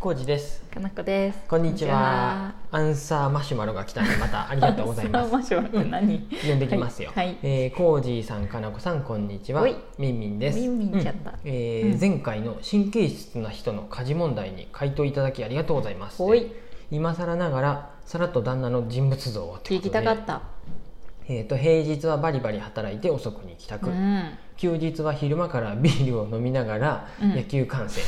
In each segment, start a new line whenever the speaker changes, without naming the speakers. コウジです
かなこです
こんにちはアンサーマシュマロが来たのでまたありがとうござい ます
面白って何、
呼んできますよ、
はいはい
えー、コウジさんかなこさんこんにちは
おい
みんみんです
みんみんちゃんだ
うんえー
うん
前回の神経質な人の家事問題に回答いただきありがとうございます
おい
今更ながらさらっと旦那の人物像をという
聞
ことで
きたかった、
えー、と平日はバリバリ働いて遅くに帰宅、
うん
休日は昼間からビールを飲みながら
うん
野球観戦、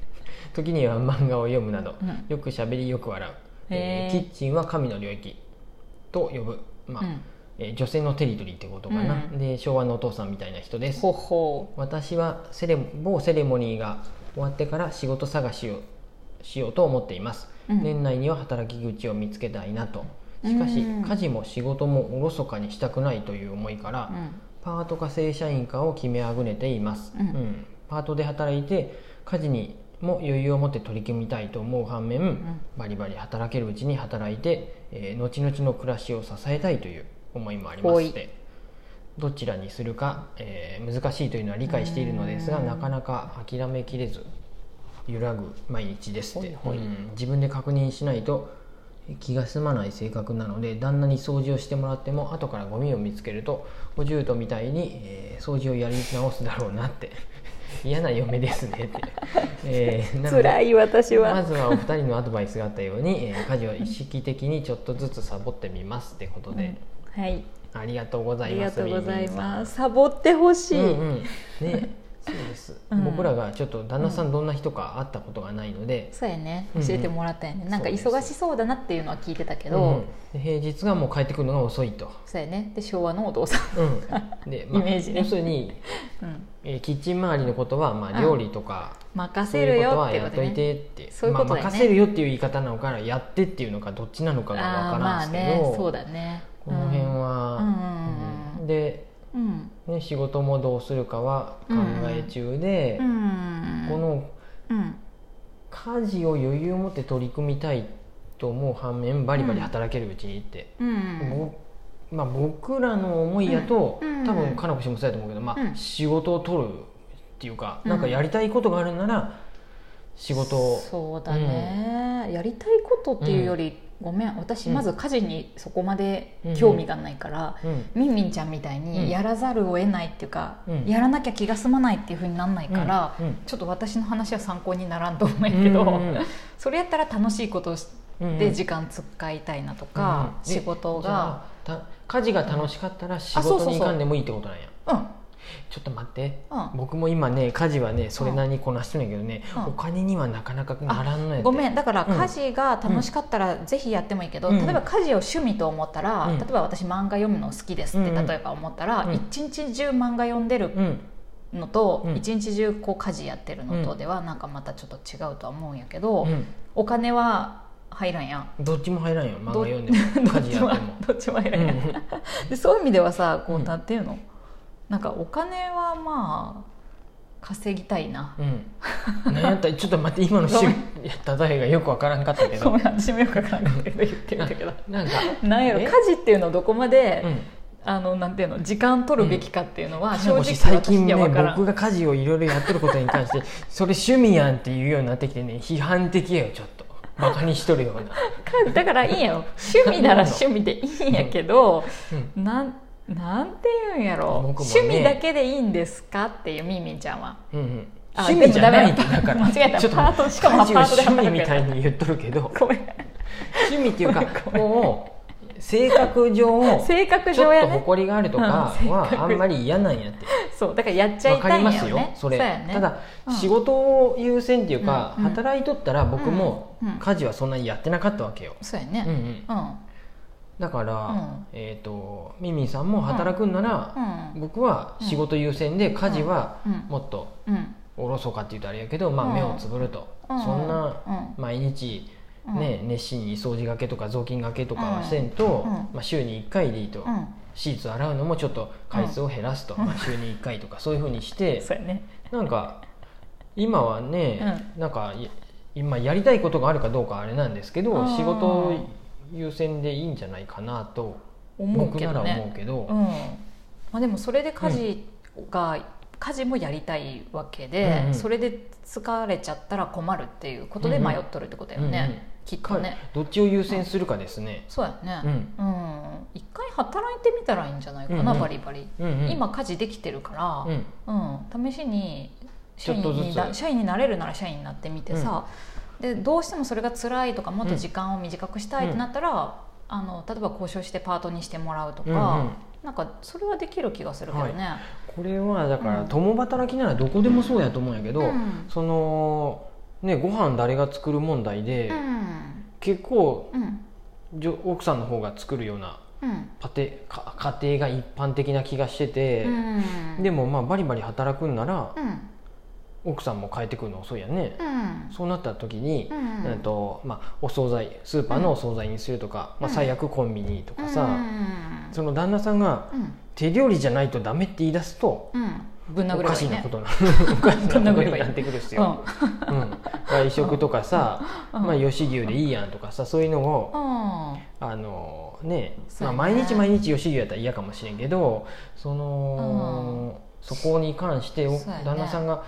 時には漫画を読むなど、
うん
よくしゃべりよく笑う、えー
へー
キッチンは神の領域と呼ぶ、まあ
うん
えー女性のテリトリーってことかな、
うん
で昭和のお父さんみたいな人です
ほほ
私はセレ某セレモニーが終わってから仕事探しをしようと思っています、
うん
年内には働き口を見つけたいなとしかし、
うん
家事も仕事もおろそかにしたくないという思いから、
うん
パートか正社員かを決めあぐねています、
うん
パートで働いて家事にも余裕を持って取り組みたいと思う反面、
ん
バリバリ働けるうちに働いて、えー後々の暮らしを支えたいという思いもありま
ほ
し
い
てどちらにするか、えー難しいというのは理解しているのですが
うん
なかなか諦めきれず揺らぐ毎日ですって
ほいほい
うん自分で確認しないと気が済まない性格なので旦那に掃除をしてもらっても後からゴミを見つけるとおじゅうとみたいに、えー掃除をやり直すだろうなって 嫌な嫁ですねって、え ーなので
辛い私は、
まずはお二人のアドバイスがあったように、えー家事を意識的にちょっとずつサボってみますってことで、
はい
ありがとうござ
あ
い
り
ま
が
す
とうございま
み
すサボってほし
み
い、
んさんうんうんねそうです、
うん
僕らがちょっと旦那さんどんな人か会ったことがないので、
そうやね
う
教
んうん
えてもらったよね、なんか
そう
忙
です
しそうだなっていうのは聞いてたけ
う
ど、
んで平日がもう帰ってくるのが遅いと、
そうやねで昭和のお父さ
うん、で、
イメージね
要するに、
ん、うん、
えーキッチン周りのことは、ま
う
あ、
ん
料理とか、
任
そう
せ
い
る
うこと
よっ
は
ていう
や
こ
っ
と
とい
ね
てって、
そういうこ
まあ、
とだよね
任せるよっていう言い方なのからやってっていうのかどっちなのかがわ
あ
から
ーま
ん
あ
すけど
ねそうだね
この辺
うん
は、
うんうんうん
うんで、
うん
ね、仕事もどうするかは考え中で、
うん
この
うん
家事を余裕を持って取り組みたいと思う反面バリバリ働けるうちにって、
うん
ぼまあ、僕らの思いやと、
うんうん
多分かなこ氏もそうやと思うけど、まあ
うん
仕事を取るっていうか、
うん
なんかやりたいことがあるなら仕事を
そうだね、やりたいことっていうより、ごめん私まず家事にそこまで興味がないから、
うん
みんみんちゃんみたい
うん
にやらざるを得ないっていうか、
うん
やらなきゃ気が済まないっていうふうになんないから、
うんうん
ちょっと私の話は参考にならんと思うんやけど、
うんうん
それやったら楽しいことをし
うん
て時間使いたいなと
うん
か、
え
仕事
じゃ
が、
あた家事が楽しかったら仕
あそうそ
事
うそう
に行かんでもいいってことなんや
うん、
ちょっと待って、
うん
僕も今ね家事はねそれなりにこなしてるんやけどね、
うん
お金にはなかなかならんのやって
ごめんだから
うん
家事が楽しかったらぜひやってもいいけど、
うん
例えば家事を趣味と思ったら、
うん
例えば私漫画読むの好きですって、
うんうん
例えば思ったら、
うん
一日中漫画読んでる
うん
のと、
うん
一日中こう家事やってるのとではなんかまたちょっと違うとは思うんやけど、お金は入らんやん。
どっちも入らんよ漫画
ど
読んでも家事やっても
どっちもどっちも入ら
うん
やん、
ん
でそういう意味ではさこう、
うん
なんていうのなんかお金はまあ稼ぎたいな。
うん、なんやったちょっと待って今のし
ごめん
いや例えがよくわからんかったけ
ご
ど
めん私もよくわからなかったけど言ってみたけど
なんか、
なんやろ
え
家事っていうのをどこまで、
うん、
あのなんていうの時間取るべきかっていうのは
正
正直
直
私
最近
に
ね
は分からん、
僕が家事をいろいろやってることに関してそれ趣味やんって言うようになってきてね批判的やよちょっとバカにしとるような、
だからいいんやよ趣味なら趣味でいいんやけど、
うん、
なんなんていうんやろ、
僕もね
趣味だけでいいんですかっていうみんみんちゃんは
うんうん、
あ
趣味じゃないん
で
だ
もダメ
か
だ
ら
間違えた
ちょっと
パートしかも
家事を
パートで
趣味
働く
み
やつ
たいに言っとるけど
ごめん
趣味っていうか
ごめん
もう性格上
性格
ちょ
上
っ
や
と
ね
誇りがあるとか
うん性
は
格
あんまり嫌なんやって
そうだからやっちゃ
わ
い
か
た
り
いん
ま
や
す
よ
よ
ね
それ
うやね
ただ、
うん
仕事を優先っていうか、
うんうん
働いとったら僕も
うんうん
家事はそんなにやってなかったわけよ、
そうや
うんう
ね
ん、
うん
だから、
うん
えっ、とミミさんも働くんなら、
うん
僕は仕事優先で家事は
うん
もっと
うん
おろそかって言うとあれやけど、ま
う
あ、
ん
目をつぶると、
うん
そんな
うん
毎日、
うん
ね熱心に掃除がけとか雑巾がけとかはせんと、
うんうん
まあ、週に1回でいいと、
うん
シーツ洗うのもちょっと回数を減らすと、まあ、週に1回とかそういうふうにして。
そうやね
なんか今はね、なんかい今やりたいことがあるかどうかあれなんですけ
う
ど
ん
仕事優先でいいんじゃないかなと
思う
僕
け
な
ど
ら
ね
思うけど
うんまあ、でもそれで家事が家事もやりたいわけで、
うんうん
それで疲れちゃったら困るっていうことで
うんうん
迷っとるってことだよね、
うんうん
きっとね
どっちを優先するかですね、
そうや
う
ね
ん
うん、一回働いてみたらいいんじゃないかな、
うんうん
バリバリ、
うんうん、
今家事できてるか
うん
ら、うん試しに社員
ちょっとず
に
つ
な社員になれるなら社員になってみてさ、でどうしてもそれが辛いとかもっと時間を短くしたいってなったら、あの例えば交渉してパートにしてもらうとか、
うんうん
なんかそれはできる気がするけどね。
これはだから
うん
共働きならどこでもそうやと思うんやけど、
うん
そのねご飯誰が作る問題で、
うん
結構
うん
じょ奥さんの方が作るような
うん
パテか家庭が一般的な気がしてて、
うん
でもまあバリバリ働くんなら
うん
奥さんも帰ってくるの遅いやんね、
うん
そうなった時に
う、ん
えっとまあ、お惣菜スーパーのお惣菜にするとか、
うん
まあ、最悪コンビニとか
う
さ、
ん
その旦那さんが
うん
手料理じゃないとダメって言い出すと
うんぶん
お
殴れ
か
ばい
し
い
な
ね
ことなおかし なことになってくるっす
うん
よ。うん、外食とかさ、
うん
まあ、吉牛でいいやんとかさそういうのを、
うん
あのね
そう
まあ、
やね
毎日毎日吉牛やったら嫌かもしれんけどその、そこに関してお
そうやね
旦那さんが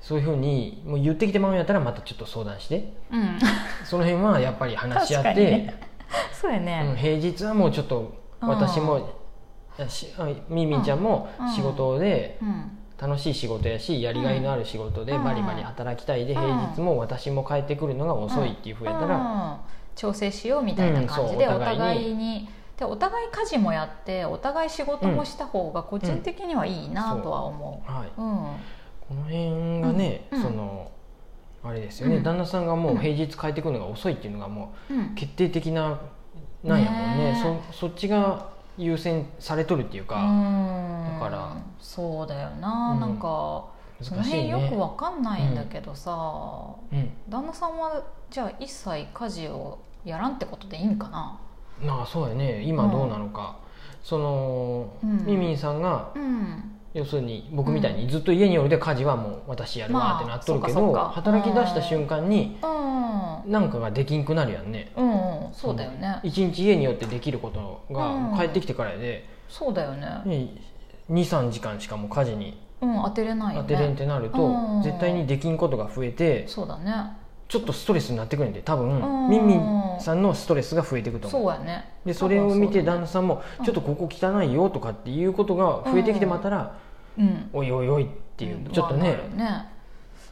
そういうふうにもう言ってきてまうんやったらまたちょっと相談して
うん
その辺はやっぱり話し合って、
確かにねそうや
うん、
ね
平日はもうちょっと
うん
私も、しあみーみーちゃんも
うん
仕事で
うん
楽しい仕事やしやりがいのある仕事で
うん
バリバリ働きたいで、
うん
平日も私も帰ってくるのが遅いっていうふうやったら、
うん調整しようみたいな感じで
うんそう
お
お互いに
互いにでお互い家事もやってお互い仕事もした方が個人的にはいいなとは思
はい、
ううん
この辺がね、
うん
そのあれですよね、
うん
旦那さんがもう平日帰ってくるのが遅いっていうのがも
うん
う決定的ななんやもんね
ね
そそっちが優先されとるっていうか、
うん
だから
そうだよな
うん
なんかその
難しい
辺
ね
よくわかんないんだけどさ
うん
旦那さんはじゃあ一切家事をやらんってことでいいんかな
まあそうやね今どうなのか、その、
うん
ミミンさんが
うん
要するに僕みたいにずっと家におるで家事はもう私やるわってなっとるけど、
まあそうかそうか
働き出した瞬間に
うん
なんかができんくなるやんね
うんうんそうだよね
一日家によってできること
うん
が帰ってきてからやで、
そうだよね
ね23時間しかもう家事に
うん当てれないよ
当
ね
てれんってなると、
うん
絶対にできんことが増えて
そうだね
ちょっとストレスになってくるんで多
うん
分みんみんさんのストレスが増えていくと
そ
思う
うやね
でそれを見て
多
旦那さんも
うん
ちょっとここ汚いよとかっていうことが増えてきてまたら、
分そうだね
おいおいおいっていう、
うん
ちょっとね,、
まあなるね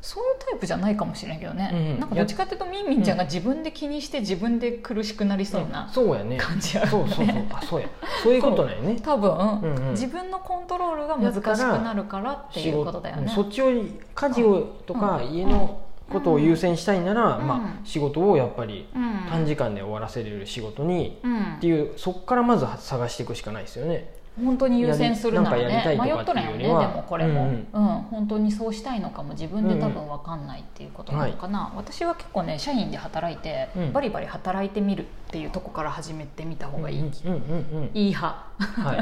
そういうタイプじゃないかもしれんけどね、
うんうん
なんかどっちかっていうとみんみんちゃんが自分で気にして自分で苦しくなりそうな
そう やね
感じある
そ
よ
う
ね
そうそうあそうやそういうことだよね
多分、
うんうん
自分のコントロールが難しくなるからっていうことだよ
うん
ね
そっちより家事をとか
うん
家のことを優先したいなら、
うん
まあ、仕事をやっぱり
うん
短時間で終わらせれる仕事に
うん
っていうそこからまず探していくしかないですよね。
本当に優先するなら
やりなんか
ね
やりたい
迷
とか
っとるん
っ
よ
て
ね
いう
で
よりは
もこれも、
うん
うん本当にそうしたいのかも自分で多分分かんないっていうことなのかな、私は結構ね社員で働いて、
うん
バリバリ働いてみるっていうとこから始めてみた方がいい、
うんうんうんうん
いい派
はい、僕ら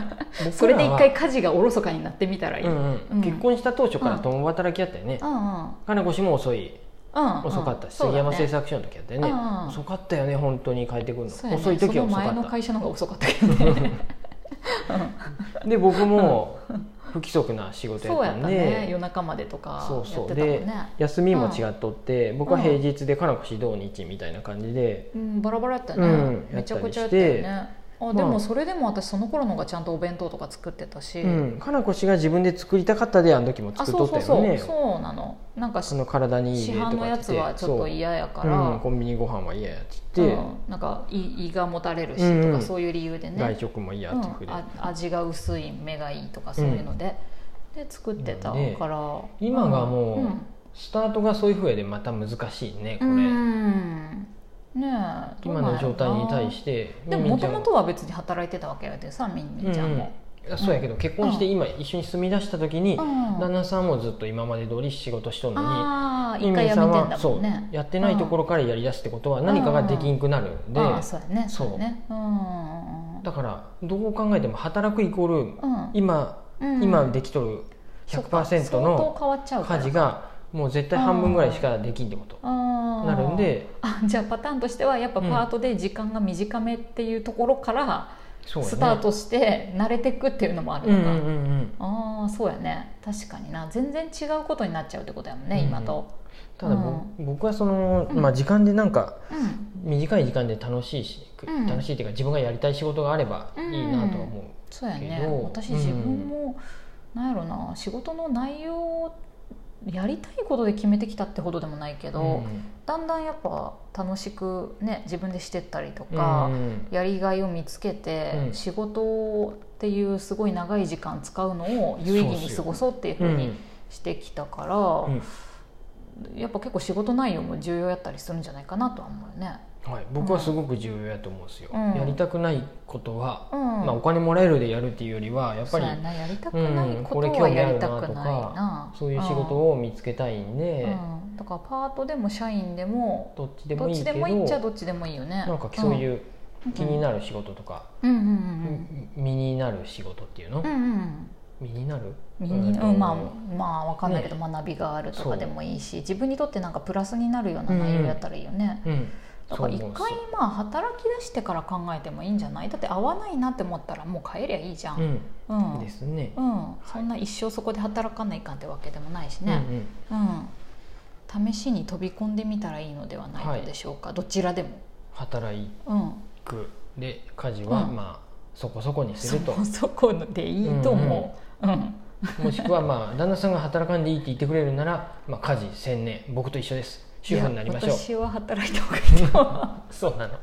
は
それで一回家事がおろそかになってみたらいい、
う
うん、うん
んうん結婚した当初から共働きやったよね。
うん
金子氏も遅い
うん
遅かったし、
そう
杉
だ
山
ね
製作所の時やったよね、
うんうん
遅かったよね本当に帰ってくるの、
そうやね
遅い時は遅
その
か
前の
っ
会社の方が遅かったけ どね
たで僕も不規則な仕事やっ
そうや
た
っ
ん
た
で
ね夜中までとか
そう
や
そ
っ
う
てたもん
で
ね
休みも違っとって、僕は
うん
平日で金子氏土日みたいな感じで、
うん、バラバラやったよね、
うん
めちゃくちゃやったよねあ
りして
で
ま
も
あ
それでも私その頃の方がちゃんとお弁当とか作ってたし、
うん、金子氏が自分で作りたかったであの時も
あ
作っと
そう
った
そう
よ
そう
ね
そうなのなんかし
その体にいい
市
でとか
販
って
のやつはちょっと嫌やから、
そううん、コンビニご飯は嫌やっつって、
うんなんか胃胃がもたれるし
うん
と
う
か
ん
そういう理由でね、
外食も嫌っていうふう
うん
で、
あ味が薄い目がいいとかそういうので、で作ってたから
今がもう
うん
スタートがそういうふうやでまた難しいねこ
う
れ、
んねえどう
今の
なんやろ
状
な
態に対して
でももとも
も
とは別に働いてたわけやでさみんみんちゃんも、
そうやけど結婚して今一緒に住み出した時に、
うん
旦那さんもずっと今まで通り仕事しとんのに
ああ
ミン
一
ミ
回
ン
や
さ
め
ん
てん
は
だもんね
そうやってないところからやりだすってことは何かができんくなるんで、
ああそうやね
そう
そうやねうんうん
だからどう考えても働くイコール
うん
今、
うん
今できとる
そっか
100%
相当
の
変わっちゃうから
家事がもう絶対半分ぐらいしかできんってこと
ああ
なるんで
あじゃあパターンとしてはやっぱパートで時間が短めっていうところから
そうやね
スタートして慣れてくっていうのもあ
う
る
んう
の
ん
か、
うんうん
ああそうやね確かにな全然違うことになっちゃうってことやもんね、
うん
今と、
ただぼ、
う
僕はその、
うん
まあ、時間でなんか
うん、
短い時間で楽しいし、く
うん
楽しいっていうか自分がやりたい仕事があればいいなとは思う、
そうやね
けど
私
うん
自分も、なんやろな仕事の内容をやりたいことで決めてきたってほどでもないけど、だんだんやっぱ楽しくね自分でしてったりと
うんう、
か
ん
やりがいを見つけて、
うん
仕事っていうすごい長い時間使うのを有意義に過ごそうっていうふ
う
うんにしてきたから、
うん
やっぱ結構仕事内容も重要やったりするんじゃないかなとは思うよね。
はい、僕はすごく重要やと思うんですよ、
うん
やりたくないことは、
うん
まあ、お金もらえるでやるっていうよりはやっぱ
そう
り
やなやりたくない
うん
こ
これ
と
興
は
味
や
ある
り
な
た
と
く
か
ないな、
そういう仕事を見つけたいん
う
で、
ん、うんだからパートでも社員でも
どっちで
ど
も
っ
いい
ち
け
で
ど
もいいっちゃどっちでもいいよね
なんかそう
う
いう気になる仕事とか、
うんうんうん
身になる仕事っていうの、
うんうんうん
身になる
身に
と
うんまあまあわかんないけど、
ね
学びがあると
そう
かでもいいし自分にとってなんかプラスになるような内容やったらいいよね、
うん
だから一
そう思う
回まあ働き出してから考えてもいいんじゃないだって合わないなって思ったらもう帰りゃいいじゃん、
ん
うんうん
ですね。
そんな一生そこで働かないかんってわけでもないしね、
うんうん
うん、試しに飛び込んでみたらいいのではないのでしょうか、どちらでも、
働
うん、
くで家事は、
うん
まあそこそこにす
そ
ると
こそこのでいいと思う、うん
もしくはまあ旦那さんが働かんでいいって言ってくれるなら、まあ、家事専念僕と一緒です主婦になりまし
い
ょ
や
う
私は働いた方がいいと思う
そうなの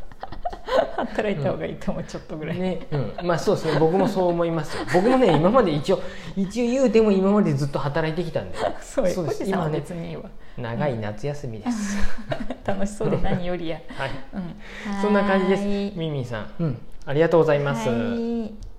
働いた方がいいと思うちょっとぐらい、
ねうん、まあそうですね僕もそう思い ますよ僕もね今まで一応一応言うても今までずっと働いてきたんで
そう
そう
よ
で
お
す
じさ
今
んは
ね
別に いいわ、
長い夏休みです、
楽しそうで何よりや、
はい
うん、
そんな感じです
はーい
みんみんさん、うん、ありがとうございます、
はい